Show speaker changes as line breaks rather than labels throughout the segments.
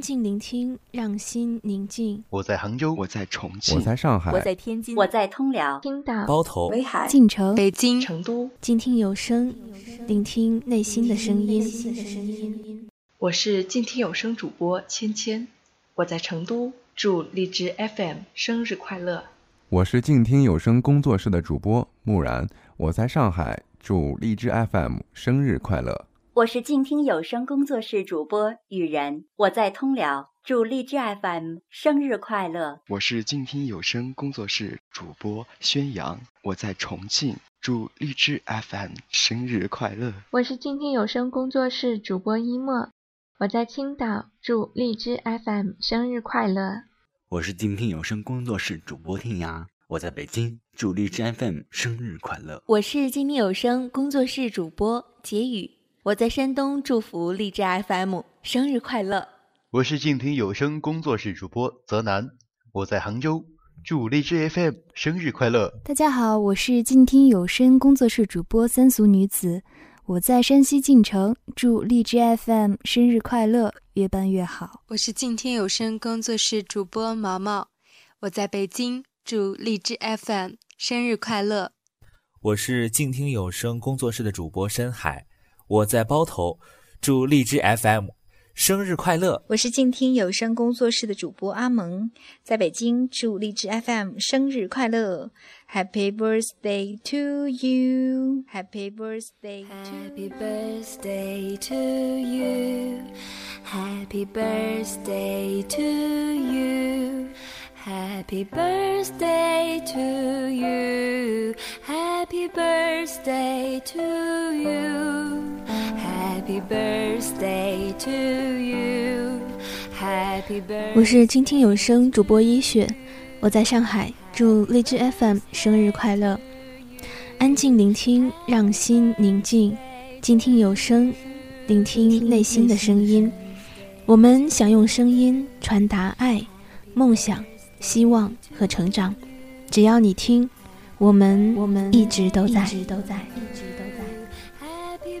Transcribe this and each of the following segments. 静聆听，让心宁静。
我在杭州，
我在重
我
庆，
在上海，
我在天津，
我在通辽、
听到
包头、
威海、
进城、
北京，
成都，
静听有声，聆听内心的声音。
我是静听有声主播芊芊，我在成都，祝荔枝 FM 生日快乐！
我是静听有声工作室的主播木然，我在上海，祝荔枝 FM 生日快乐！
我是静听有声工作室主播雨然，我在通辽，祝荔枝 FM 生日快乐！
我是静听有声工作室主播宣扬，我在重庆，祝荔枝 FM 生日快乐！
我是静听有声工作室主播一墨，我在青岛，祝荔枝 FM 生日快乐！
我是静听有声工作室主播天涯，我在北京，祝荔枝 FM 生日快乐！
我是静听有声工作室主播杰宇，我在山东，祝福荔枝 FM 生日快乐！
我是静听有声工作室主播泽南，我在杭州，祝荔枝 FM 生日快乐！
大家好，我是静听有声工作室主播三俗女子，我在山西晋城，祝荔枝 FM 生日快乐，越办越好。
我是静听有声工作室主播毛毛，我在北京，祝荔枝 FM 生日快乐！
我是静听有声工作室的主播深海，我在包头，祝荔枝 FM 生日快乐！
我是静听有声工作室的主播阿萌，在北京祝荔枝 FM 生日快乐！Happy birthday to you，Happy birthday to
Happy birthday to you, Happy birthday to you, Happy birthday to you, Happy birthday to you, Happy birthday to you, Happy birthday.
我是倾听有声主播一雪，我在上海，祝荔枝 FM 生日快乐！安静聆听，让心宁静，静听有声，聆听内心的声音。我们想用声音传达爱、梦想、希望和成长。只要你听，我们我们一直都在，一直都在，一直都在。
Happy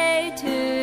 to